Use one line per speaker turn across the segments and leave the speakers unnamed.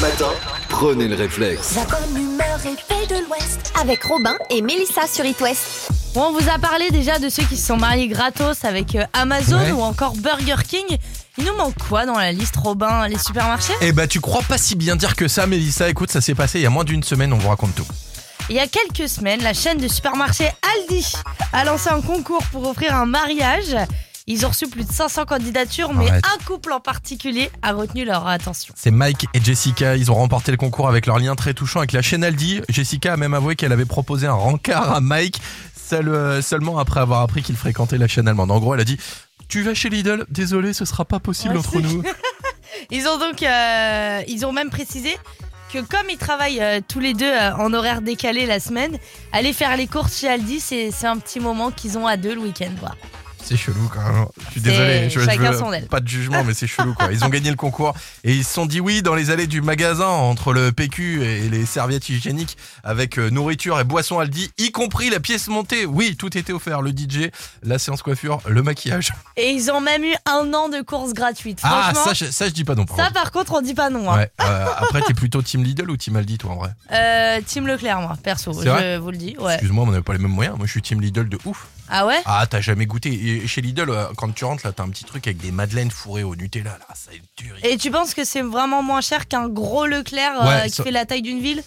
matin, prenez le réflexe.
La bonne humeur est faite de l'Ouest avec Robin et Mélissa sur It West.
Bon, on vous a parlé déjà de ceux qui se sont mariés gratos avec euh, Amazon
Ouais.
ou encore Burger King. Il nous manque quoi dans la liste, Robin Les supermarchés
Eh bah tu crois pas si bien dire que ça, Mélissa. Écoute, ça s'est passé il y a moins d'une semaine, on vous raconte tout.
Il y a quelques semaines, la chaîne de supermarchés Aldi a lancé un concours pour offrir un mariage. Ils ont reçu plus de 500 candidatures, mais
Arrête.
un couple en particulier a retenu leur attention.
C'est Mike et Jessica, ils ont remporté le concours avec leur lien très touchant avec la chaîne Aldi. Jessica a même avoué qu'elle avait proposé un rencard à Mike seul- euh, seulement après avoir appris qu'il fréquentait la chaîne allemande. En gros, elle a dit Tu vas chez Lidl, désolé, ce sera pas possible
Ouais,
entre
c'est-
nous.
Ils ont donc, euh, ils ont même précisé que comme ils travaillent euh, tous les deux euh, en horaire décalé la semaine, aller faire les courses chez Aldi, c'est c'est un petit moment qu'ils ont à deux le week-end, quoi.
C'est chelou quand même. Je suis
C'est
désolé, je, je
chacun
veux
son aile.
pas de jugement, mais c'est chelou quoi. Ils ont gagné le concours et ils se sont dit oui dans les allées du magasin entre le PQ et les serviettes hygiéniques avec euh, nourriture et boissons Aldi, y compris la pièce montée. Oui, tout était offert, le DJ, la séance coiffure, le maquillage.
Et ils ont même eu un an de courses gratuites.
Ah,
Franchement,
ça, je- ça je dis pas non. Par
ça
contre.
par contre, on dit pas non. hein.
Ouais, euh, après t'es plutôt Team Lidl ou Team Aldi toi en vrai
Euh, Team Leclerc, moi, perso,
C'est
je
vrai
vous le dis. Ouais.
Excuse-moi, mais on n'avait pas les mêmes moyens. Moi je suis Team Lidl de ouf.
Ah ouais
Ah t'as jamais goûté et Chez Lidl, euh, quand tu rentres là, t'as un petit truc avec des madeleines fourrées au Nutella. Là, ça est dur.
Et tu penses que c'est vraiment moins cher qu'un gros Leclerc euh,
Ouais,
qui
ça-
fait la taille d'une ville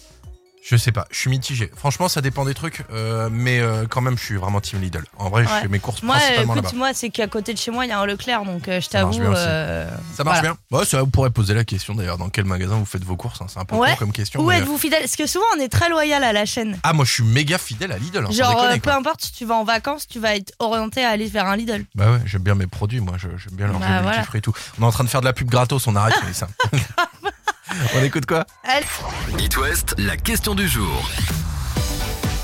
Je sais pas, je suis mitigé. Franchement, ça dépend des trucs, euh, mais euh, quand même, je suis vraiment Team Lidl. En vrai,
Ouais.
je fais mes courses
Moi, euh,
principalement là-bas.
écoute, moi, c'est qu'à côté de chez moi, il y a un Leclerc, donc euh, je
Ça marche
t'avoue.
bien aussi.
euh,
Ça marche
voilà.
bien Ouais, ça, vous pourrez poser la question d'ailleurs, dans quel magasin vous faites vos courses hein. C'est un peu
Ouais.
con comme question.
Où
mais-
êtes-vous fidèle Parce que souvent, on est très loyal à la chaîne.
Ah, moi, je suis méga fidèle à Lidl. hein, sans
Genre,
déconner,
euh, peu
quoi.
importe, si tu vas en vacances, tu vas être orienté à aller vers un Lidl.
Bah ouais, j'aime bien mes produits, moi, je- j'aime bien leur
Bah
jus
voilà.
multifruits et tout. On est en train de faire de la pub gratos, on arrête, mais ça. on écoute quoi
Allez.
It West, la question du jour.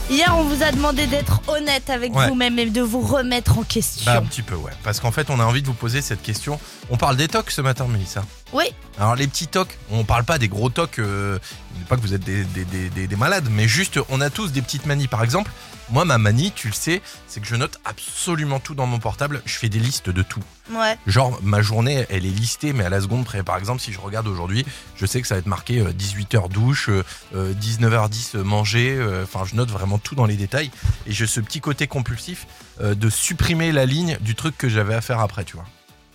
Hier, on vous a demandé d'être honnête avec
Ouais.
vous-même et de vous remettre en question.
Bah, un petit peu, ouais. Parce qu'en fait, on a envie de vous poser cette question. On parle des tocs ce matin, Mélissa.
Oui.
Alors, les petits tocs, on parle pas des gros tocs, euh, je dis pas que vous êtes des, des- des- des- des malades, mais juste, on a tous des petites manies. Par exemple, moi, ma manie, tu le sais, c'est que je note absolument tout dans mon portable. Je fais des listes de tout.
Ouais.
Genre, ma journée, elle est listée, mais à la seconde près. Par exemple, si je regarde aujourd'hui, je sais que ça va être marqué 18h douche, euh, 19h10 manger. euh, Enfin, je note vraiment tout dans les détails. Et j'ai ce petit côté compulsif euh, de supprimer la ligne du truc que j'avais à faire après, tu vois.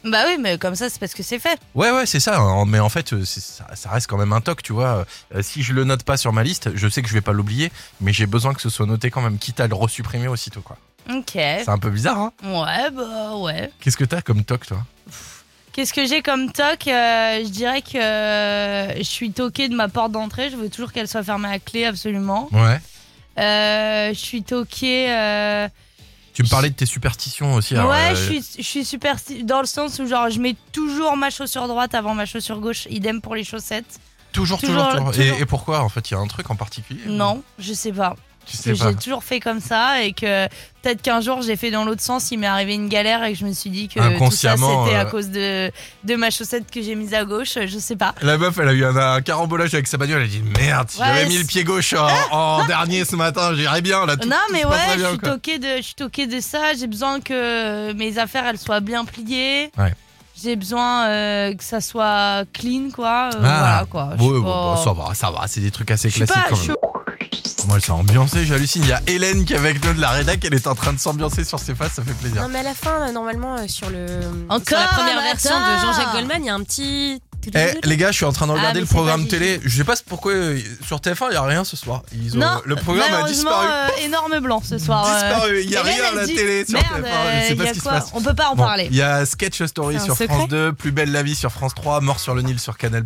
Bah oui, mais comme ça, c'est parce que c'est fait.
Ouais, ouais, c'est ça. hein. Mais en fait, euh, c'est- ça, ça reste quand même un toc, tu vois. Euh, Si je le note pas sur ma liste, je sais que je vais pas l'oublier, mais j'ai besoin que ce soit noté quand même, quitte à le resupprimer aussitôt, quoi.
Ok.
C'est un peu bizarre, hein
Ouais, bah ouais.
Qu'est-ce que t'as comme toc, toi
Qu'est-ce que j'ai comme toc Euh, Je dirais que euh, je suis toquée de ma porte d'entrée. Je veux toujours qu'elle soit fermée à clé, absolument.
Ouais.
Euh, je suis toquée. euh,
Tu me parlais de tes superstitions aussi. alors,
Ouais,
euh,
je suis, je suis super dans le sens où genre je mets toujours ma chaussure droite avant ma chaussure gauche. Idem pour les chaussettes.
Toujours, toujours,
Toujours,
toujours.
toujours.
Et, et pourquoi en fait Il y a un truc en particulier ou-
Non, je sais pas.
Tu sais
Parce que
pas.
j'ai toujours fait comme ça et que peut-être qu'un jour j'ai fait dans l'autre sens, il m'est arrivé une galère et que je me suis dit que tout ça
Inconsciemment,
c'était à
euh,
cause de, de ma chaussette que j'ai mise à gauche, je sais pas.
La meuf, elle a eu un, un carambolage avec sa bagnole. Elle a dit Merde, si
Ouais,
j'avais mis
c'est-
le pied gauche en, en dernier ce matin, j'irais bien. Là, tout,
non
tout
mais
se
ouais,
passe très
je
bien,
suis
quoi.
toquée de je suis toquée de ça, j'ai besoin que mes affaires elles soient bien pliées.
Ouais.
J'ai besoin euh, que ça soit clean quoi, euh, voilà
Ah,
quoi. Je
Ouais,
suis
ouais,
pas-
bon, ça va, ça va. C'est des trucs assez
je suis
classiques
pas-
quand
je
même.
suis-
Moi, elle s'est ambiancée, j'hallucine. Il y a Hélène qui est avec nous de la rédac. Elle est en train de s'ambiancer sur ses faces, ça fait plaisir.
Non, mais à la fin, là, normalement, euh, sur le
Encore,
sur la première
attends.
version de Jean-Jacques Goldman, il y a un petit.
Eh, les gars, je suis en train de
Ah,
regarder
mais
le
c'est pas
programme
Gigi.
télé. Je sais pas pourquoi euh, sur TF1 il y a rien ce soir. Ils ont-
Non,
le programme a
malheureusement,
disparu.
euh, énorme blanc ce soir. euh.
disparu. Il y a
Hélène,
rien à
elle
la
dit,
télé sur
Merde,
TF1. Je sais
euh,
pas
y a
ce qui se
quoi
passe.
On peut pas en
Bon,
parler.
Il y a Sketch Story
C'est un
sur
secret
France 2, Plus belle la vie sur France 3, Mort sur le Nil sur Canal+,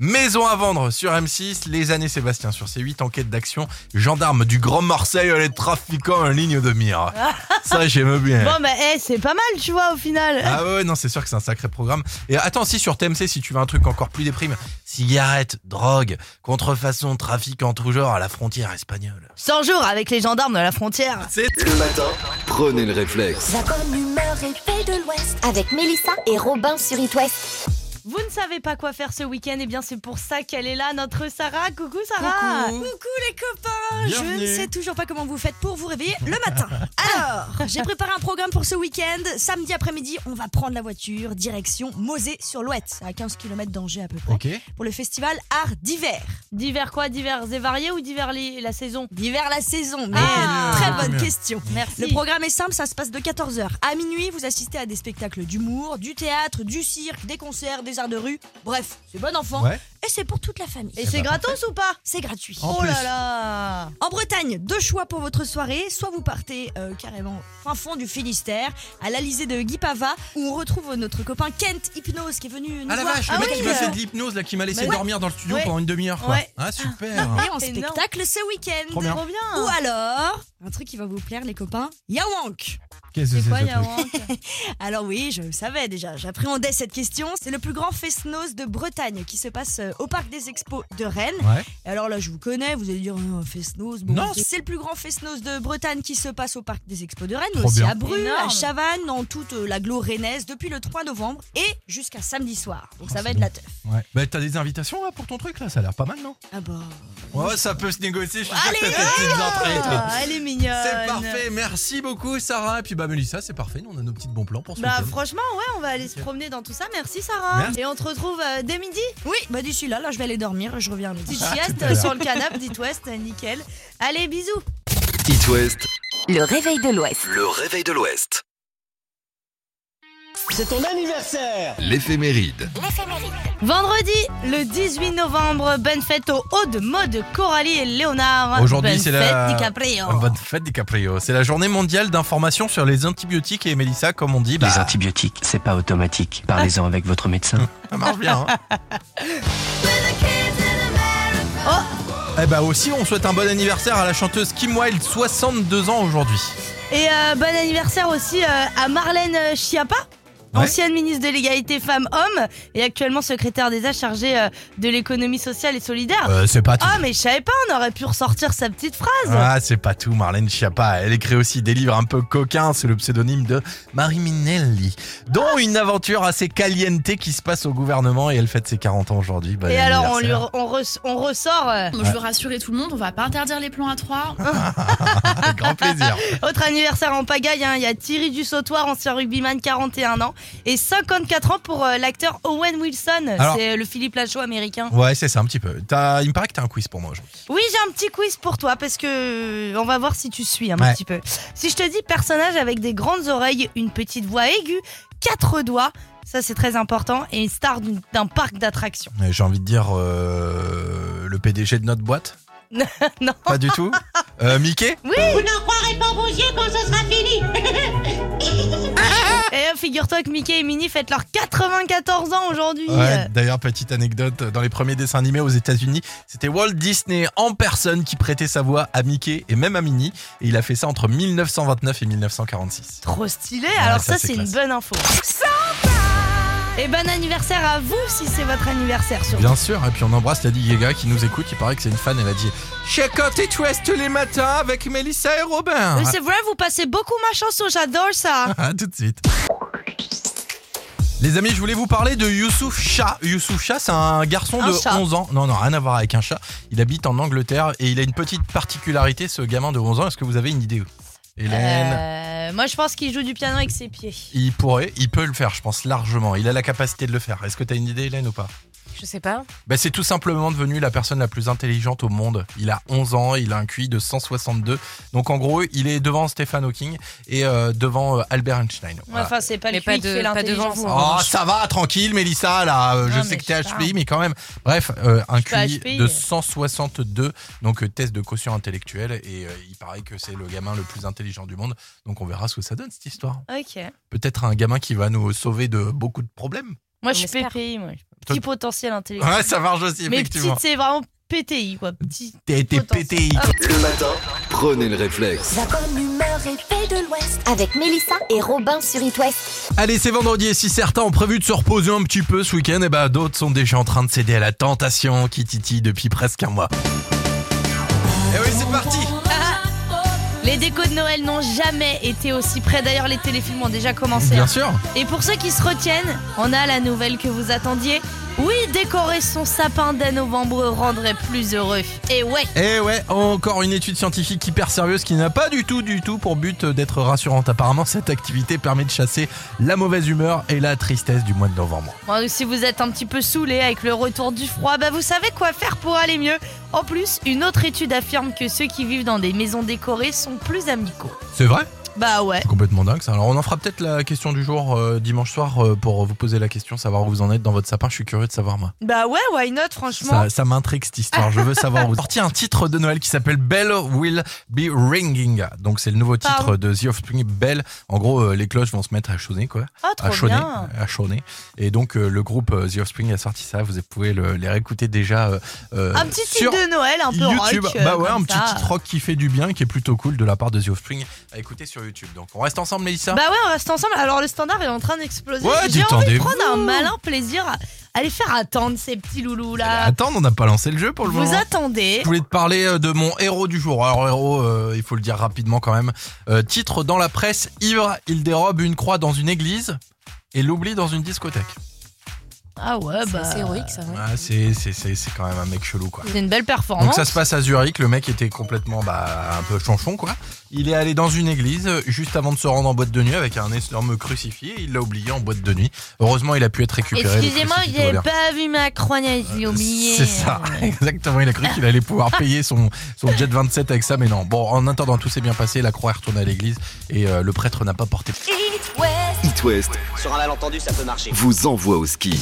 Maison à vendre sur M6, Les années Sébastien sur C8, Enquête d'action, Gendarme du Grand Marseille, les trafiquants en ligne de mire. Ça j'aime bien.
Bon, bah, eh, c'est pas mal, tu vois, au final.
Ah ouais, non, c'est sûr que c'est un sacré programme. Et attends, si sur TMC, si tu veux un truc encore plus déprime, cigarettes, drogue, contrefaçon, trafic en tout genre à la frontière espagnole.
100 jours avec les gendarmes de la frontière.
C'est
Le matin, prenez le réflexe.
La bonne humeur est faite de l'Ouest avec Mélissa et Robin sur It West.
Vous ne savez pas quoi faire ce week-end,
eh
et bien c'est pour ça qu'elle est là, notre Sarah. Coucou Sarah
Coucou.
Coucou les copains Je
Bienvenue.
ne sais toujours pas comment vous faites pour vous réveiller le matin. Alors, j'ai préparé un programme pour ce week-end. Samedi après-midi, on va prendre la voiture direction Mosée-sur-Louette, à 15 km d'Angers à peu près,
Ok.
pour le festival Art d'hiver.
Divers quoi Divers et variés ou divers les- la saison
D'hiver la saison, mais
Ah.
très bonne question.
Merci.
Le programme est simple, ça se passe de 14h à minuit. Vous assistez à des spectacles d'humour, du théâtre, du cirque, des concerts, des arts de rue. Bref, c'est bon enfant.
Ouais.
Et c'est pour toute la famille.
Eh,
Et c'est gratos ou pas
C'est gratuit.
En
Oh
plus.
là là
En Bretagne, deux choix pour votre soirée. Soit vous partez euh, carrément fin fond du Finistère, à l'Alizé de Guipava, où on retrouve notre copain Kent Hypnose qui est venu nous
Ah la
voir.
vache,
Ah
le mec
oui,
qui m'a
euh.
fait de l'hypnose là, qui m'a laissé
Ouais.
dormir dans le studio
Ouais.
pendant une demi-heure quoi.
Ouais.
Ah super.
Et en
Énorme.
spectacle ce
Trop
week-end.
bien.
Trop bien
Ou alors, un truc qui va vous plaire les copains, Yawank.
Qu'est-ce
C'est quoi
ce truc
Yawank
Alors oui, je le savais déjà, j'appréhendais cette question. C'est le plus grand fest-noz de Bretagne qui se passe euh, au Parc des Expos de Rennes.
Ouais.
Et Alors là, je vous connais, vous allez dire euh, Fesnos. Bon,
Non,
c'est- c'est le plus grand Fesnos de Bretagne qui se passe au parc des Expos de Rennes, mais
Trop
aussi
bien.
à Bru, à
Énorme.
Chavannes, dans toute euh, la glo rennaise depuis le 3 novembre et jusqu'à samedi soir. Donc ça va
Ah, c'est
être la teuf.
Ouais. Bah t'as des invitations là pour ton truc là, ça a l'air pas mal non
Ah bah.
Ouais, ça peut se négocier, je suis sûr que t'as tes petites entrées. toi.
Ah, Elle est mignonne
C'est parfait, merci beaucoup Sarah. Et puis bah Melissa, c'est parfait, nous on a nos petits bons plans pour ce
Bah
week-end.
franchement ouais on va aller se promener dans tout ça merci Sarah
Merci.
et on te retrouve euh, dès midi
Oui, bah d'ici là, là je vais aller dormir et je reviens à midi.
petite
Ah,
sieste
tout à l'heure.
sur le canapé dit West nickel allez bisous
It West,
Le réveil de l'Ouest.
le réveil de l'Ouest.
C'est ton anniversaire
L'éphéméride.
Vendredi, le 18 novembre, bonne fête aux hauts de mode Coralie et Léonard.
Aujourd'hui,
Bonne
c'est la-
fête, DiCaprio.
Bonne fête DiCaprio. C'est la journée mondiale d'information sur les antibiotiques et Melissa, comme on dit, bah,
Les antibiotiques, c'est pas automatique. Parlez-en avec votre médecin.
ça marche bien. hein. Eh bah aussi, on souhaite un bon anniversaire à la chanteuse Kim Wilde, 62 ans aujourd'hui.
Et euh, bon anniversaire aussi euh, à Marlène euh, Schiappa.
Ouais.
Ancienne ministre de l'égalité femmes-hommes et actuellement secrétaire d'État chargée euh, de l'économie sociale et solidaire.
Euh, c'est pas tout.
Ah mais je savais pas, on aurait pu ressortir sa petite phrase.
Ah, c'est pas tout, Marlène Schiappa. Elle écrit aussi des livres un peu coquins sous le pseudonyme de Marie Minelli, dont une aventure assez caliente qui se passe au gouvernement et elle fête ses 40 ans aujourd'hui. Bon
et alors on, lui,
anniversaire.
re- on, re- on ressort euh,
Moi, je veux rassurer tout le monde, on va pas interdire les plans à trois.
Avec grand plaisir.
Autre anniversaire en pagaille, hein, il y a Thierry Dussautoir, ancien rugbyman, 41 ans, et 54 ans pour euh, l'acteur Owen Wilson.
Alors-
C'est euh, le Philippe Lachaud américain.
Ouais, c'est ça un petit peu. T'as- Il me paraît que t'as un quiz pour moi aujourd'hui.
Oui, j'ai un petit quiz pour toi parce que euh, on va voir si tu suis un
Ouais.
petit peu. Si je te dis personnage avec des grandes oreilles, une petite voix aiguë, quatre doigts, ça c'est très important, et une star d'une- d'un parc d'attractions.
Mais J'ai envie de dire euh, le PDG de notre boîte.
Non.
Pas du tout. Euh, Mickey
Et euh, figure-toi que Mickey et Minnie fêtent leurs 94 ans aujourd'hui. Euh,
Ouais, d'ailleurs, petite anecdote, dans les premiers dessins animés aux États-Unis, c'était Walt Disney en personne qui prêtait sa voix à Mickey et même à Minnie. Et il a fait ça entre 1929 et 1946.
Trop stylé, alors
ça,
ça,
c'est
c'est une
classe.
bonne info. Et bon anniversaire à vous si c'est votre anniversaire surtout.
Bien sûr, et puis on embrasse Lady Gaga qui nous écoute. Il paraît que c'est une fan, elle a dit Check et West tous les matins avec Melissa et Robin.
Mais c'est vrai, vous passez beaucoup ma chanson, j'adore ça.
À tout de suite. Les amis, je voulais vous parler de Youssouf Shah. Youssouf Shah, c'est un garçon
Un
de
chat.
11 ans. Non, non, rien à voir avec un chat. Il habite en Angleterre et il a une petite particularité, ce gamin de 11 ans. Est-ce que vous avez une idée Hélène
Euh, moi je pense qu'il joue du piano avec ses pieds.
Il pourrait, il peut le faire, je pense, largement. Il a la capacité de le faire. Est-ce que tu as une idée, Hélène, ou pas
Je sais pas.
bah, C'est tout simplement devenu la personne la plus intelligente au monde. Il a 11 ans, il a un QI de 162. Donc, en gros, il est devant Stephen Hawking et euh, devant euh, Albert Einstein. Voilà.
Enfin c'est pas
Mais
lui
pas
qui
de-
fait
pas
l'intelligence.
devant vous, en
Oh, ça va, tranquille, Mélissa, là. euh, je
Non, mais
sais que
je
t'es
sais
HPI,
pas.
mais quand même. Bref, euh, un
suis pas
QI
HPI.
de 162, donc euh, test de quotient intellectuel. Et euh, il paraît que c'est le gamin le plus intelligent du monde. Donc on verra ce que ça donne, cette histoire.
hein.
Ok.
Peut-être un gamin qui va nous sauver de beaucoup de problèmes.
Moi je suis
espère.
PPI, moi. Petit potentiel intelligent.
Ouais, ça marche aussi,
Mais petite
effectivement.
c'est vraiment PTI quoi. Petit.
T'as été
potentiel.
pété.
Le matin, prenez le réflexe.
La bonne humeur et réveil de l'Ouest. Avec Mélissa et Robin sur It West.
Allez, c'est vendredi et si certains ont prévu de se reposer un petit peu ce week-end, et bah d'autres sont déjà en train de céder à la tentation Eh qui titille depuis presque un mois. Et oui, c'est parti
Les décos de Noël n'ont jamais été aussi près. D'ailleurs, les téléfilms ont déjà commencé.
Bien
hein.
sûr.
Et pour ceux qui se retiennent, on a la nouvelle que vous attendiez. Oui, décorer son sapin dès novembre rendrait plus heureux. Et ouais,
Et Eh ouais, encore une étude scientifique hyper sérieuse qui n'a pas du tout, du tout pour but d'être rassurante. Apparemment, cette activité permet de chasser la mauvaise humeur et la tristesse du mois de novembre.
Bon, si vous êtes un petit peu saoulé avec le retour du froid, bah vous savez quoi faire pour aller mieux. En plus, une autre étude affirme que ceux qui vivent dans des maisons décorées sont plus amicaux.
C'est vrai
Bah ouais.
C'est complètement dingue ça. Alors, on en fera peut-être la question du jour euh, dimanche soir euh, pour vous poser la question, savoir où vous en êtes dans votre sapin. Je suis curieux de savoir, moi.
Bah ouais, why not, franchement.
Ça, ça m'intrigue cette histoire. Je veux savoir où. Sorti un titre de Noël qui s'appelle Bell Will Be Ringing. Donc, c'est le nouveau titre
Pardon.
de The Offspring Bell. En gros, euh, les cloches vont se mettre à chausser, quoi.
Ah,
à
trop
Chaunet,
bien.
à Chaunet. Et donc euh, le groupe euh, The Offspring a sorti ça. Vous pouvez le- les réécouter déjà euh, euh,
Un petit titre
sur
de Noël, un peu
YouTube.
rock. euh,
bah ouais,
comme
un petit
ça.
titre rock qui fait du bien, qui est plutôt cool de la part de The Offspring à écouter sur YouTube. Donc on reste ensemble, Mélissa.
Bah ouais, on reste ensemble. Alors le standard est en train d'exploser.
Ouais,
J'ai envie de
détendez-vous.
prendre un malin plaisir à aller faire attendre ces petits loulous là.
Attends, on n'a pas lancé le jeu pour le
Vous
moment.
attendez.
Je voulais te parler euh, de mon héros du jour. Alors héros, euh, il faut le dire rapidement quand même. Euh, titre dans la presse, ivre, il dérobe une croix dans une église et l'oublie dans une discothèque.
Ah ouais,
C'est
bah.
assez héroïque, ça, ouais.
Ah, c'est c'est- c'est- c'est quand même un mec chelou quoi.
C'est une belle performance.
Donc ça se passe à Zurich, le mec était complètement bah, un peu chanchon quoi. Il est allé dans une église euh, juste avant de se rendre en boîte de nuit avec un énorme crucifix et il l'a oublié en boîte de nuit. Heureusement il a pu être récupéré. le
Excusez-moi,
crucifix, tout va
j'ai
bien.
pas vu ma chronique, j'ai oublié.
C'est ça,
euh.
exactement. Il a cru qu'il allait pouvoir payer son, son jet 27 avec ça, mais non. Bon, en attendant, tout s'est bien passé. La croix est retournée à l'église et euh, le prêtre n'a pas porté.
It West
Sur un malentendu, ça peut marcher.
vous envoie au ski.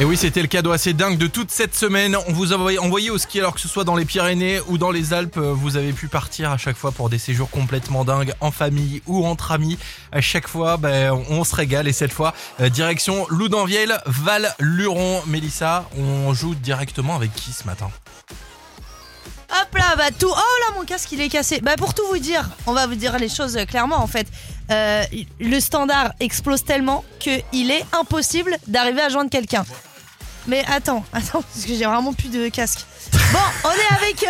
Et oui, c'était le cadeau assez dingue de toute cette semaine. On vous a envoyé- envoyé au ski, alors que ce soit dans les Pyrénées ou dans les Alpes, euh, vous avez pu partir à chaque fois pour des séjours complètement dingues, en famille ou entre amis. À chaque fois, ben, on se régale. Et cette fois, euh, direction Loudanvielle, Val-Luron. Mélissa, on joue directement avec qui ce matin
Hop là, bah tout. Oh là, mon casque, il est cassé. Bah pour tout vous dire, on va vous dire les choses euh, clairement en fait. Euh, il- le standard explose tellement que il est impossible d'arriver à joindre quelqu'un. Mais attends, attends, parce que j'ai vraiment plus de casque. Bon, on est avec.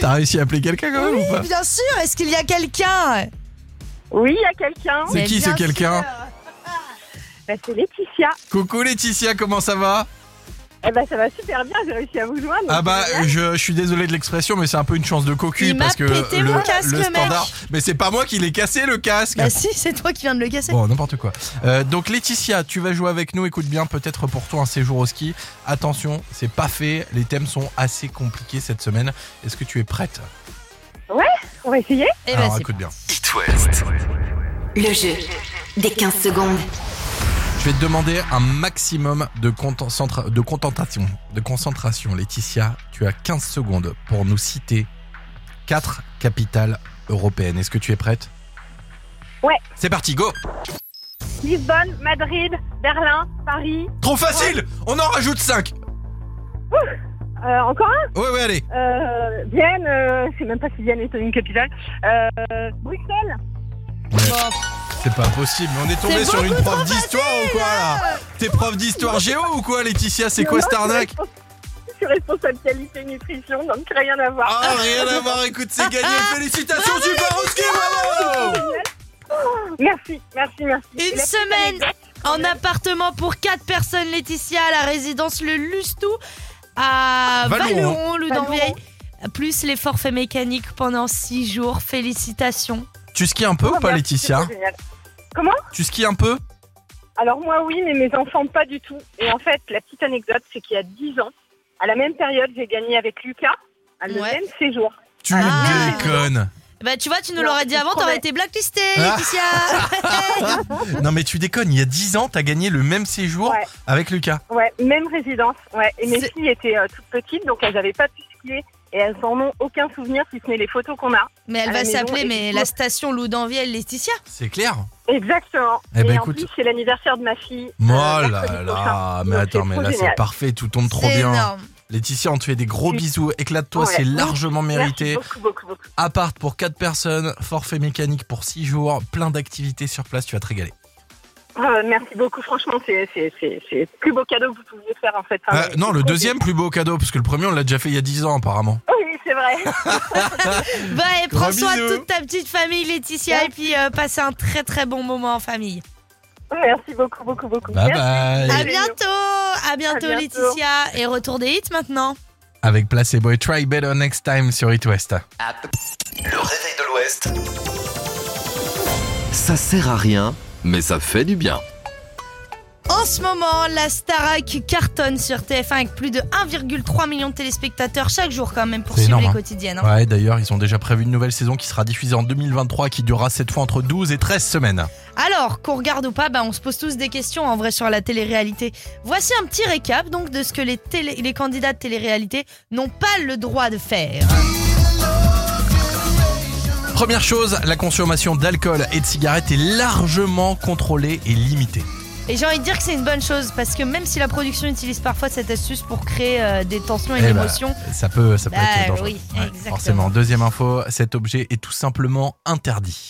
T'as réussi à appeler quelqu'un quand même ou pas
Bien sûr, est-ce qu'il y a quelqu'un
Oui, il y a quelqu'un.
C'est
Mais
qui ce
bien
quelqu'un
Bah, c'est Laetitia.
Coucou Laetitia, comment ça va
Eh ben, ça va super bien, j'ai réussi à vous joindre.
Ah bah je, je suis désolé de l'expression mais c'est un peu une chance de cocu
Il m'a
parce que
pété
le,
mon casque,
le
mec.
standard mais c'est pas moi qui l'ai cassé le casque.
Bah si, c'est toi qui viens de le casser.
Bon, n'importe quoi. Euh, donc Laetitia, tu vas jouer avec nous. Écoute bien, peut-être pour toi un séjour au ski. Attention, c'est pas fait. Les thèmes sont assez compliqués cette semaine. Est-ce que tu es prête
On va essayer
Eh bah,
Alors
c'est
écoute bien.
It West.
Le jeu des 15 secondes.
Je vais te demander un maximum de, concentra- de contentation. De concentration, Laetitia. Tu as 15 secondes pour nous citer quatre capitales européennes. Est-ce que tu es prête
Ouais.
C'est parti, go
Lisbonne, Madrid, Berlin, Paris.
Trop facile On en rajoute 5
Euh, encore un
Ouais, ouais, allez
euh, Vienne, euh, je sais même pas si Vienne est une capitale. Euh, Bruxelles.
C'est pas possible, mais on est tombé
C'est
sur une prof d'histoire ou quoi là T'es prof d'histoire géo ou quoi Laetitia C'est quoi
Non,
cette
non,
arnaque
Je suis responsable qualité nutrition, donc rien à voir.
Ah rien à voir, écoute c'est gagné, félicitations tu pars au ski, bravo
Ah.
Merci, merci, merci.
Une
La petite
semaine
anecdote,
En appartement pour 4 personnes, Laetitia, à la résidence Le Lustou à
Valleron.
Valeron, le
Valleron.
Danvieille. Plus les forfaits mécaniques pendant 6 jours. Félicitations.
Tu skis un peu ou
oh,
pas
merci,
Laetitia
c'était génial.
Tu skis un peu
Alors moi oui, mais mes enfants pas du tout. Et en fait, la petite anecdote, c'est qu'il y a 10 ans, à la même période, j'ai gagné avec Lucas à le
Ouais.
même séjour.
Tu
Ah.
déconnes
Bah, tu vois, tu nous
Non,
l'aurais dit
je
avant, t'aurais
promets.
été blacklistée,
Ah.
Laetitia.
Non mais tu déconnes, il y a 10 ans t'as gagné le même séjour
Ouais.
avec Lucas.
Ouais, même résidence. Ouais. Et mes
C'est-
filles étaient euh, toutes petites, donc elles n'avaient pas pu skier. Et elles n'en ont aucun souvenir, si ce n'est les photos qu'on a.
mais elle
À
va
la maison,
s'appeler
et
mais
tout.
la station Loudanvielle, Laetitia.
C'est clair
Exactement.
Eh
et
ben,
en
écoute.
plus, c'est l'anniversaire de ma fille. euh,
Oh là
mercredi prochain.
là, mais
Donc,
attends
c'est
mais
trop
là c'est
génial.
parfait, tout tombe trop
C'est
bien.
énorme.
Laetitia on te fait des gros
Oui.
bisous, éclate-toi,
Ouais.
c'est largement mérité.
Merci beaucoup, beaucoup, beaucoup.
appart pour 4 personnes, forfait mécanique pour 6 jours, plein d'activités sur place, tu vas te régaler.
Euh, merci beaucoup. Franchement, c'est c'est- c'est- c'est le plus beau cadeau que vous pouviez faire en fait. hein. Enfin,
Bah, Euh, non, le
Ah c'est-
deuxième plus beau cadeau, parce que le premier on l'a déjà fait il y a 10 ans apparemment.
Oui, c'est vrai.
Bah, et
Gros
prends soin de
bisous.
toute ta petite famille, Laetitia, et puis euh, passe un très très bon moment en famille.
Merci beaucoup, beaucoup, beaucoup.
Bye
Merci.
bye.
À
Allez,
bientôt, à bientôt,
bientôt.
Laetitia. Et retour des hits maintenant.
Avec Placebo et Try Better Next Time sur It West.
Le réveil de l'Ouest. Ça sert à rien, mais ça fait du bien.
En ce moment, la Starac cartonne sur TF1 avec plus de 1,3 million de téléspectateurs chaque jour quand même pour
C'est
suivre
énorme,
les
hein.
quotidiennes. hein.
Ouais, d'ailleurs, ils ont déjà prévu une nouvelle saison qui sera diffusée en 2023 qui durera cette fois entre 12 et 13 semaines.
Alors, qu'on regarde ou pas, bah, on se pose tous des questions en vrai sur la télé-réalité. Voici un petit récap donc de ce que les, télé- les candidats de télé-réalité n'ont pas le droit de faire.
Première chose, la consommation d'alcool et de cigarettes est largement contrôlée et limitée.
Et j'ai envie de dire que c'est une bonne chose parce que même si la production utilise parfois cette astuce pour créer euh, des tensions et
Eh
de
ben,
l'émotion,
Ça peut, ça peut
Bah
être dangereux.
oui, exactement.
forcément. Deuxième info, cet objet est tout simplement interdit.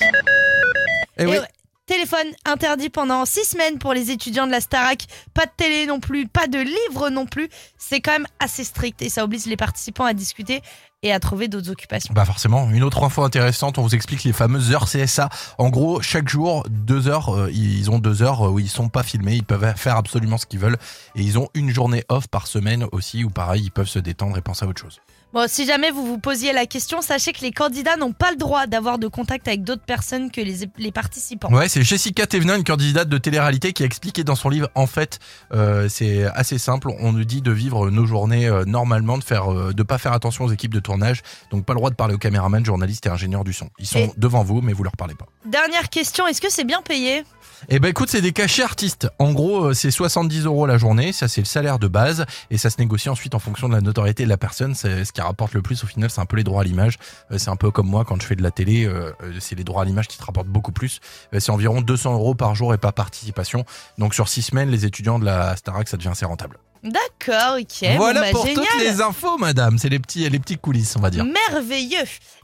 Eh
Et
oui,
ouais, téléphone interdit pendant six semaines pour les étudiants de la Starac. Pas de télé non plus, pas de livres non plus. C'est quand même assez strict et ça oblige les participants à discuter et à trouver d'autres occupations.
Bah forcément, une autre info intéressante, on vous explique les fameuses heures CSA. En gros, chaque jour, deux heures, euh, ils ont deux heures où ils sont pas filmés, ils peuvent faire absolument ce qu'ils veulent et ils ont une journée off par semaine aussi où pareil, ils peuvent se détendre et penser à autre chose.
Bon, si jamais vous vous posiez la question, sachez que les candidats n'ont pas le droit d'avoir de contact avec d'autres personnes que les, les participants.
Ouais, c'est Jessica Thévenin, une candidate de télé-réalité, qui a expliqué dans son livre, en fait, euh, c'est assez simple, on nous dit de vivre nos journées euh, normalement, de faire, euh, de pas faire attention aux équipes de tournage, donc pas le droit de parler aux caméramans, journalistes et ingénieurs du son. Ils sont
Et-
devant vous, mais vous leur parlez pas.
Dernière question, est-ce que c'est bien payé
Eh ben écoute, c'est des cachets artistes. En gros, euh, c'est 70 euros la journée, ça c'est le salaire de base, et ça se négocie ensuite en fonction de la notoriété de la personne. C'est ce qui rapporte le plus au final, c'est un peu les droits à l'image. Euh, C'est un peu comme moi quand je fais de la télé, euh, euh, c'est les droits à l'image qui te rapportent beaucoup plus. Euh, C'est environ 200 euros par jour et par participation. Donc sur 6 semaines, les étudiants de la Starac, ça devient assez rentable.
D'accord, ok.
voilà
bon, bah,
pour
génial.
toutes les infos, madame. C'est les petits, les petites coulisses, on va dire.
Merveilleux.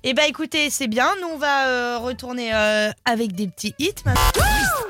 Eh ben écoutez, c'est bien. Nous on va euh, retourner euh, avec des petits hits. maintenant.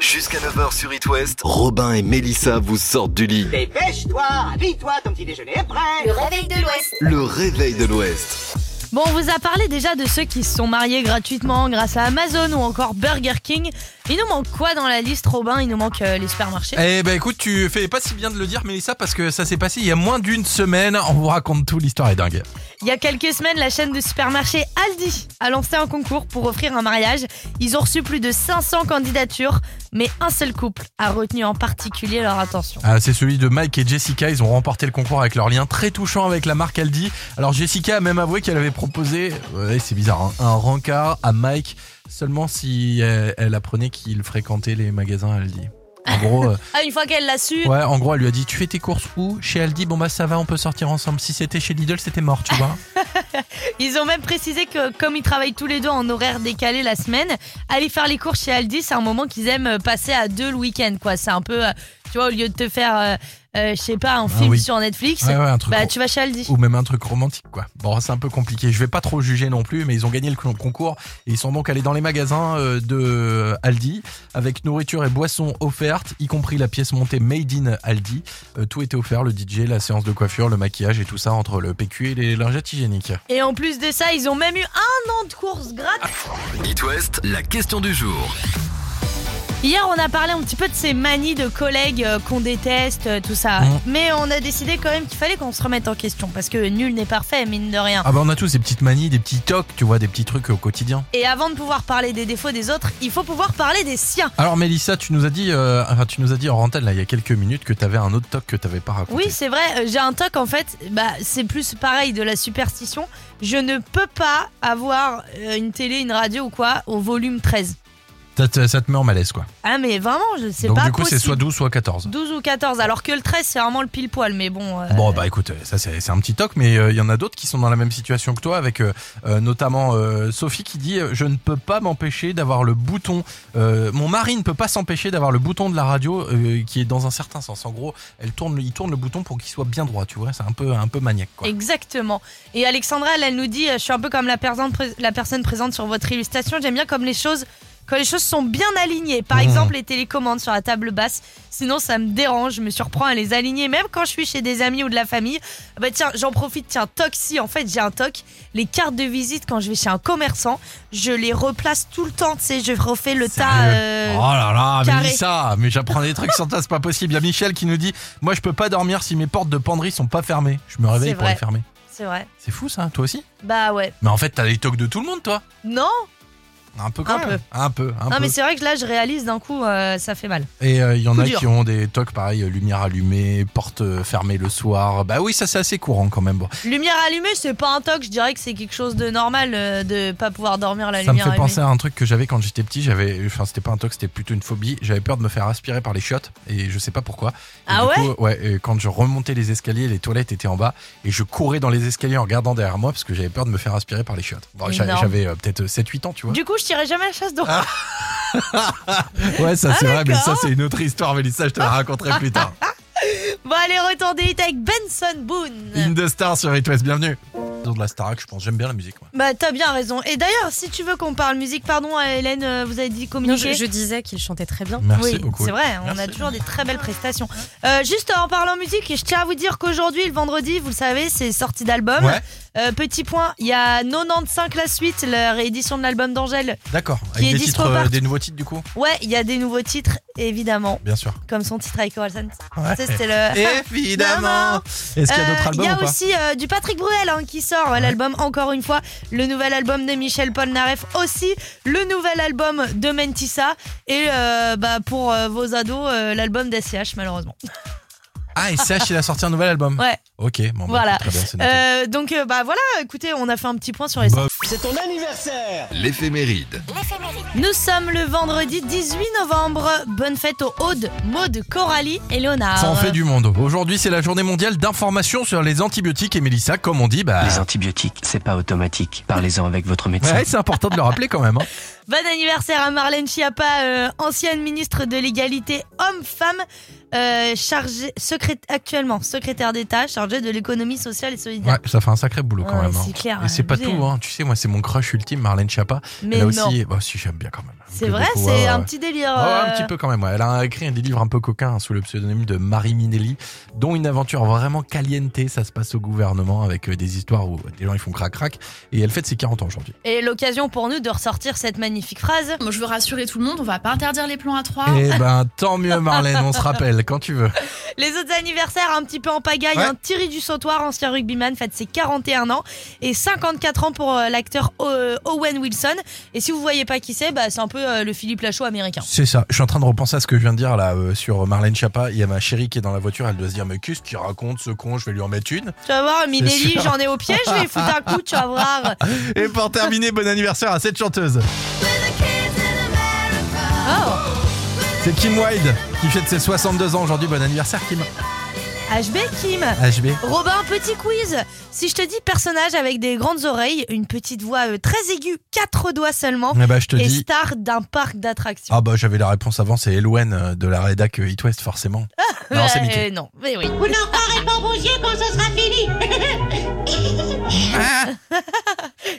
Jusqu'à 9h sur It West, Robin et Melissa vous sortent du lit.
Dépêche-toi, habille-toi, ton petit déjeuner est prêt.
Le réveil de l'Ouest.
Le réveil de l'Ouest.
Bon, on vous a parlé déjà de ceux qui se sont mariés gratuitement grâce à Amazon ou encore Burger King. Il nous manque quoi dans la liste, Robin Il nous manque euh, les supermarchés.
Eh ben écoute, tu fais pas si bien de le dire, Mélissa, parce que ça s'est passé il y a moins d'une semaine. On vous raconte tout, l'histoire est dingue.
Il y a quelques semaines, la chaîne de supermarchés Aldi a lancé un concours pour offrir un mariage. Ils ont reçu plus de 500 candidatures, mais un seul couple a retenu en particulier leur attention.
Ah, c'est celui de Mike et Jessica. Ils ont remporté le concours avec leur lien très touchant avec la marque Aldi. Alors Jessica a même avoué qu'elle avait proposé, ouais, c'est bizarre, hein, un rencard à Mike seulement si elle, elle apprenait qu'il fréquentait les magasins Aldi. En gros, euh,
Ah, une fois qu'elle l'a su,
ouais, en gros, elle lui a dit Tu fais tes courses où Chez Aldi, bon bah ça va, on peut sortir ensemble. Si c'était chez Lidl, c'était mort, tu vois.
Ils ont même précisé que comme ils travaillent tous les deux en horaire décalé la semaine, aller faire les courses chez Aldi, c'est un moment qu'ils aiment euh, passer à deux le week-end. quoi. C'est un peu, euh, tu vois, au lieu de te faire, euh, euh, je sais pas, un film
Ah oui.
sur Netflix,
Ouais, Oh. ouais, un truc.
bah
gros.
tu vas chez Aldi.
ou même un truc romantique quoi. Bon, c'est un peu compliqué. Je vais pas trop juger non plus, mais ils ont gagné le con- concours et ils sont donc allés dans les magasins euh, de Aldi avec nourriture et boissons offertes, y compris la pièce montée Made in Aldi. Euh, tout était offert, le DJ, la séance de coiffure, le maquillage et tout ça entre le PQ et les lingettes hygiéniques.
Et en plus de ça, ils ont même eu un an de courses gratuites.
It West, la question du jour.
Hier, on a parlé un petit peu de ces manies de collègues euh, qu'on déteste, euh, tout ça.
Mhm.
Mais on a décidé quand même qu'il fallait qu'on se remette en question parce que nul n'est parfait, mine de rien.
Ah bah on a tous des petites manies, des petits tocs, tu vois, des petits trucs au quotidien.
Et avant de pouvoir parler des défauts des autres, il faut pouvoir parler des siens.
Alors Mélissa, tu nous as dit, euh, enfin tu nous as dit en antenne là il y a quelques minutes que t'avais un autre toc que t'avais pas raconté.
Oui, c'est vrai. euh, J'ai un toc en fait. Bah, c'est plus pareil de la superstition. Je ne peux pas avoir euh, une télé, une radio ou quoi au volume 13.
ça, te, ça te met en malaise quoi.
Ah mais vraiment, je sais
Donc
pas
du coup c'est
possible.
soit 12 soit 14.
12 ou 14, alors que le 13 c'est vraiment le pile poil. Mais bon. euh,
Bon bah écoute, ça c'est c'est un petit toc, mais euh, il y en a d'autres qui sont dans la même situation que toi, avec euh, euh, notamment euh, Sophie qui dit euh, je ne peux pas m'empêcher d'avoir le bouton, euh, mon mari ne peut pas s'empêcher d'avoir le bouton de la radio euh, qui est dans un certain sens. En gros, elle tourne, il tourne le bouton pour qu'il soit bien droit, tu vois, c'est un peu un peu maniaque quoi.
Exactement. Et Alexandra, elle, elle nous dit, euh, je suis un peu comme la, personne pré- la personne présente sur votre illustration, j'aime bien comme les choses Quand les choses sont bien alignées, par
Mhm.
exemple les télécommandes sur la table basse, sinon ça me dérange, je me surprends à les aligner, même quand je suis chez des amis ou de la famille. Ah Bah tiens, j'en profite, tiens, toc, si, en fait j'ai un toc, les cartes de visite quand je vais chez un commerçant, je les replace tout le temps, tu sais, je refais le tas. euh,
Oh là là,
carré.
Mélissa, mais j'apprends des trucs sans toi, c'est pas possible. Il y a Michel qui nous dit Moi, je peux pas dormir si mes portes de penderie sont pas fermées. Je me réveille
C'est
pour
vrai.
les fermer.
C'est vrai.
C'est fou ça, toi aussi
Bah ouais.
Mais en fait, t'as les tocs de tout le monde, toi
Non
Un peu quand
Un
même. Un peu. un
Non
peu.
mais c'est vrai que là je réalise d'un coup, euh, ça fait mal.
Et euh, il y en
Coup
a
dur.
qui ont des tocs pareil, euh, lumière allumée, porte euh, fermée le soir. Bah oui, ça c'est assez courant quand même. Bon,
Lumière allumée, c'est pas un toc, je dirais que c'est quelque chose de normal euh, de pas pouvoir dormir la
ça me
lumière
fait
allumée.
penser à un truc que j'avais quand j'étais petit. J'avais, enfin, c'était pas un toc, c'était plutôt une phobie. J'avais peur de me faire aspirer par les chiottes et je sais pas pourquoi. Et
Ah
du
ouais
coup, Ouais. et Quand je remontais les escaliers, les toilettes étaient en bas et je courais dans les escaliers en regardant derrière moi parce que j'avais peur de me faire aspirer par les chiottes. Bon, j'a-
Énorme.
j'avais euh, peut-être 7-8 ans, tu vois.
Du coup, je tirais jamais la chasse d'eau.
Ah. Ouais, ça
Ah,
c'est vrai, mais ça
d'accord.
c'est une autre histoire, Mélissa. Je te la raconterai plus tard.
Bon, allez, retour des hits avec Benson Boone.
In the Star sur It West, bienvenue. De la Starac, je pense, j'aime bien la musique. moi.
Bah, t'as bien raison. Et d'ailleurs, si tu veux qu'on parle musique, pardon, euh, Hélène, euh, vous avez dit
Non,
communiquer.
je, je disais qu'il chantait très bien.
Merci
oui,
beaucoup.
c'est vrai, on a
Merci.
toujours des très belles prestations. Euh, juste en parlant musique, je tiens à vous dire qu'aujourd'hui, le vendredi, vous le savez, c'est sortie d'album.
Ouais.
Euh, petit point, il y a 95 la suite, la réédition de l'album d'Angèle.
D'accord.
Qui est
Avec des
dispo
titres, euh,
partout.
des nouveaux titres du coup
Ouais, il y a des nouveaux titres, évidemment,
Bien sûr.
comme son titre avec Oralson.
Ouais.
Ça, c'était le.
Évidemment. Est-ce qu'il y a
Bah, Euh,
d'autres
Il
albums
y
ou
a
pas
aussi euh, du Patrick Bruel hein, qui sort euh, l'album encore une fois, le nouvel album de Michel Polnareff aussi, le nouvel album de Mentissa et euh, bah, pour euh, vos ados euh, l'album d'SCH malheureusement.
Ah, et SH, il a sorti un nouvel album.
Ouais.
Ok, bon, bah,
voilà.
très bien, c'est noté.
Euh, donc euh, bah voilà, écoutez, on a fait un petit point sur les
Bah,
C'est ton anniversaire
L'éphéméride.
Nous sommes le vendredi 18 novembre. Bonne fête aux Aude, Maude, Coralie et Léonard.
Ça en fait du monde. Aujourd'hui, c'est la journée mondiale d'information sur les antibiotiques. Et Mélissa, comme on dit, bah.
Les antibiotiques, c'est pas automatique. Parlez-en avec votre médecin.
Ouais, c'est important de le rappeler quand même. hein.
Bon anniversaire à Marlène Schiappa, euh, ancienne ministre de l'égalité homme-femme, euh, chargée, secré- actuellement secrétaire d'État, chargée de l'économie sociale et solidaire.
Ouais, ça fait un sacré boulot quand
Ouais,
même. hein.
c'est clair,
Et c'est pas
abusé.
tout, hein. tu sais, moi, c'est mon crush ultime, Marlène Chapa.
Mais
Là
non.
aussi, bah, si, j'aime bien quand même.
C'est
J'aime
vrai,
beaucoup,
c'est
ouais,
un
ouais.
petit délire.
Ouais, ouais, Oh, un
euh,
petit peu quand même. ouais. Elle a écrit un des livres un peu coquins hein, sous le pseudonyme de Marie Minelli, dont une aventure vraiment caliente. Ça se passe au gouvernement avec euh, des histoires où des gens ils font crac crac. Et elle fête ses 40 ans aujourd'hui.
Et l'occasion pour nous de ressortir cette magnifique phrase.
Moi, je veux rassurer tout le monde, on va pas interdire les plans à trois.
Ah.
Eh ben tant mieux Marlène, on se rappelle quand tu veux.
Les autres anniversaires, un petit peu en pagaille.
Ouais.
hein. Thierry du Sautoir, ancien rugbyman, fête ses 41 ans et 54 ans pour euh, l'acteur euh, Owen Wilson. Et si vous voyez pas qui c'est, bah, c'est un peu euh, le Philippe Lachaud américain.
C'est ça. Je suis en train de repenser à ce que je viens de dire là euh, sur Marlène Chapa. Il y a ma chérie qui est dans la voiture. Elle doit se dire mais qu'est-ce qu'il raconte ce con Je vais lui en mettre une.
Tu vas voir, Minelli,
sûr.
j'en ai au pied, je vais lui foutre un coup, tu vas voir.
Et pour terminer, bon anniversaire à cette chanteuse.
Oh,
C'est Kim Wilde qui fête ses 62 ans aujourd'hui. Bon anniversaire Kim. Ah,
HB Kim.
HB.
Robin, petit quiz. Si je te dis personnage avec des grandes oreilles, une petite voix euh, très aiguë, quatre doigts seulement,
Eh ben je te
et
dis.
star d'un parc d'attractions.
Ah bah j'avais la réponse avant, c'est Elouen euh, de la rédac euh, It West forcément. Ah, non, c'est
Ouais,
Mickey.
euh, non, mais oui.
Vous n'en parlez pas vos yeux quand ce sera fini.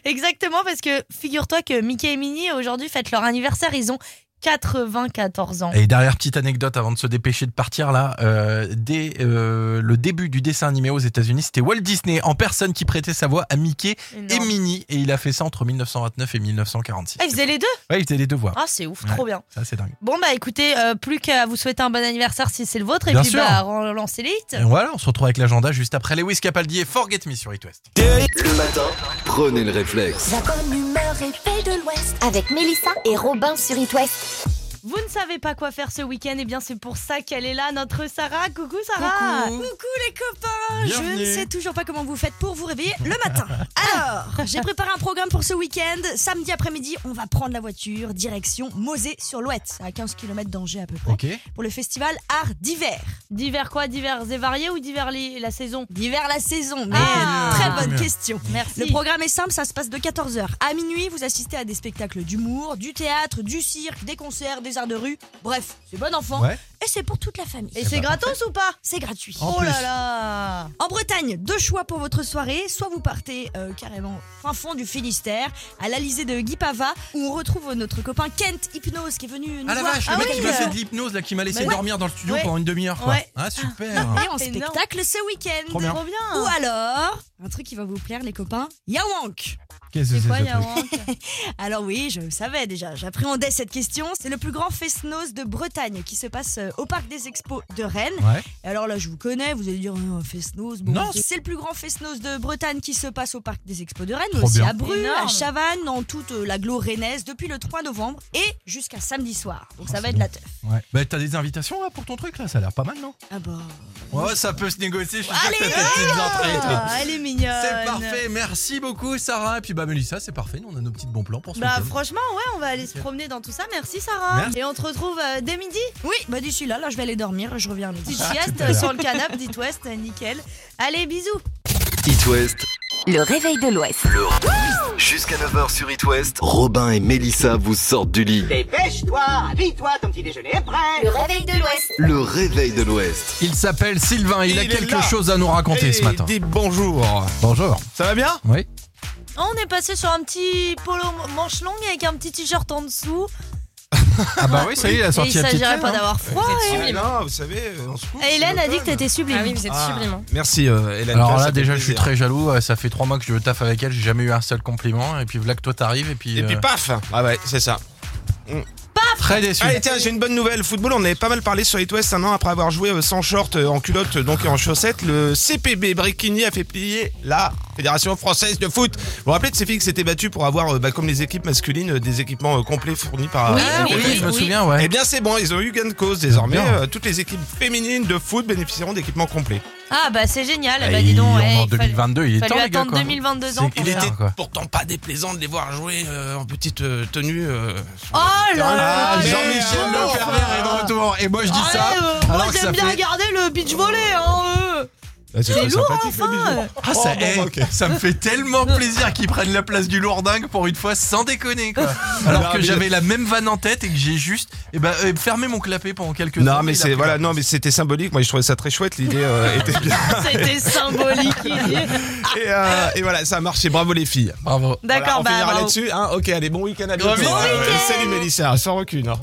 Exactement, parce que figure-toi que Mickey et Minnie, aujourd'hui, fêtent leur anniversaire. Ils ont 94 ans.
Et dernière petite anecdote avant de se dépêcher de partir là, euh, dès euh, le début du dessin animé aux États-Unis, c'était Walt Disney en personne qui prêtait sa voix à Mickey et
Énorme.
Minnie et il a fait ça entre 1929 et 1946.
Ah, ils faisaient les deux
Ouais, il faisait les deux voix.
Ah, c'est ouf,
Ouais.
trop bien.
Ça c'est dingue.
Bon, bah écoutez, euh, plus qu'à vous souhaiter un bon anniversaire si c'est le vôtre, et
Bien
puis
sûr.
bah relancer les hits.
Et voilà, on se retrouve avec l'agenda juste après Lewis Capaldi et Forget Me sur It West.
Le matin, prenez le réflexe.
La bonne humeur et paix de l'Ouest avec Mélissa et Robin sur It West.
Vous ne savez pas quoi faire ce week-end, et bien c'est pour ça qu'elle est là, notre Sarah. Coucou Sarah
Ah, Coucou les copains Ah, Je
Bienvenue.
ne sais toujours pas comment vous faites pour vous réveiller le matin. Alors, j'ai préparé un programme pour ce week-end. Samedi après-midi, on va prendre la voiture, direction Mosée sur l'Ouette, à 15 km d'Angers à peu près,
Ok.
pour le festival Art d'hiver.
Divers quoi Divers et variés ou divers les- la saison
D'hiver la saison, mais
Ah.
très bonne question.
Merci.
Le programme est simple, ça se passe de 14h à minuit. Vous assistez à des spectacles d'humour, du théâtre, du cirque, des concerts, des lézard de rue. Bref, c'est bon enfant.
Ouais.
Et c'est pour toute la famille.
Et c'est gratos ou pas
C'est gratuit.
En Oh là plus.
là En Bretagne, deux choix pour votre soirée. Soit vous partez euh, carrément fin fond du Finistère, à l'Alizé de Guy Pava, où on retrouve notre copain Kent Hypnose qui est venu nous
Ah la
voir.
vache, le mec qui faisait de l'hypnose là, qui m'a laissé
Mais euh. ouais.
dormir dans le studio
Ouais.
pendant une demi-heure quoi.
Ouais.
Ah super.
Et en spectacle ce week-end.
Trop bien. Trop
Ou alors, un truc qui va vous plaire, les copains, Yawank.
Qu'est-ce que c'est ce truc
Alors oui, je le savais déjà, j'appréhendais cette question. C'est le plus grand fest-noz de Bretagne qui se passe euh, au Parc des Expos de Rennes.
Ouais.
Et alors là, je vous connais, vous allez dire euh, fest-noz. bon,
Non.
c'est- C'est le plus grand fest-noz de Bretagne qui se passe au Parc des Expos de Rennes, mais
Trop
aussi
bien.
à Bru,
Énorme.
à Chavannes, dans toute euh, l'agglo rennaise depuis le 3 novembre et jusqu'à samedi soir. Donc
Ah,
ça va être la teuf.
Ouais. Bah t'as des invitations là pour ton truc là, ça a l'air pas mal non
Ah bah.
Ouais, ça peut se négocier, je suis
Allez,
sûr que t'as tes petites entrées. toi.
Ah, elle est mignonne.
C'est parfait, merci beaucoup Sarah. Et puis bah Mélissa, c'est parfait, nous on a nos petits bons plans pour ce
Bah
week-end.
franchement ouais on va aller se promener dans tout ça merci Sarah
Merci.
et on te retrouve euh, dès midi
oui bah d'ici là là je vais aller dormir je reviens
petite
Ah,
sieste euh,
tout à l'heure.
sur le canapé dit ouest nickel allez bisous
It West.
Le réveil de l'Ouest.
Jusqu'à 9h sur It West, Robin et Mélissa vous sortent du lit.
Dépêche-toi, habille-toi, ton petit déjeuner est prêt.
Le réveil de l'Ouest.
Le réveil de l'Ouest.
Il s'appelle Sylvain, il, a
est
quelque
là.
chose à nous raconter
Et
ce matin.
Dis bonjour.
Bonjour.
Ça va bien
Oui.
Ah, on est passé sur un petit polo manche longue avec un petit t-shirt en dessous
Ah bah oui, ça y est, la
Et
sortie
il s'agirait
hein.
pas d'avoir froid
Ah non, vous savez, on se couche.
et Hélène a dit que t'étais sublime
Ah oui, vous êtes sublime, hein.
Merci euh, Hélène.
Alors
ça
là
fait
déjà je suis
plaisir.
très jaloux, euh, ça fait trois mois que je taffe avec elle, j'ai jamais eu un seul compliment et puis voilà que toi t'arrives et puis...
Et puis
euh,
paf Ah ouais, c'est ça. Mm.
Très déçu.
Allez, tiens, j'ai une bonne nouvelle. Football, on avait pas mal parlé sur It West un an après avoir joué euh, sans short, euh, en culotte, euh, donc en chaussettes. Le CPB Bréquigny a fait plier la Fédération Française de Foot. Vous vous rappelez de ces filles qui s'étaient battues pour avoir, euh, bah, comme les équipes masculines, euh, des équipements euh, complets fournis par.
Oui,
euh,
oui,
Football.
oui, je me souviens, ouais.
Eh bien, c'est bon, ils ont eu gain de cause désormais.
Bien.
euh, toutes les équipes féminines de foot bénéficieront d'équipements complets.
ah bah c'est génial bah
Et
dis
on
donc
est
hey,
en
il fallait-
2022, il est
fallu
temps les gars
attendre
quoi.
2022 ans pour
Il
faire.
était pourtant pas déplaisant de les voir jouer euh, en petite euh, tenue. euh, sur-
oh là là
Ah,
mais
Jean-Michel
non.
Leferrier est de retour.
Et moi je dis
Oh, Ah
ça.
ouais, euh,
alors
moi
que ça
j'aime bien
fait-
regarder le beach volley hein, eux.
Ah,
c'est
très
lourd
sympathique,
enfin euh.
Ah, ça,
Oh,
eh, ça me fait tellement plaisir qu'ils prennent la place du lourdingue pour une fois sans déconner quoi. Alors
Non,
que
mais-
j'avais la même vanne en tête et que j'ai juste eh ben, euh, fermé mon clapet pendant quelques
Non
temps,
mais
il a
c'est
pris
voilà non mais c'était symbolique moi je trouvais ça très chouette l'idée euh, était bien
C'était symbolique. il est.
et, euh, et voilà ça a marché bravo les filles
bravo
voilà,
D'accord,
on
bah,
finira
bravo.
là-dessus hein. ok allez bon week-end à
Bon
bientôt
week-end.
Euh, salut Mélissa sans recul hein.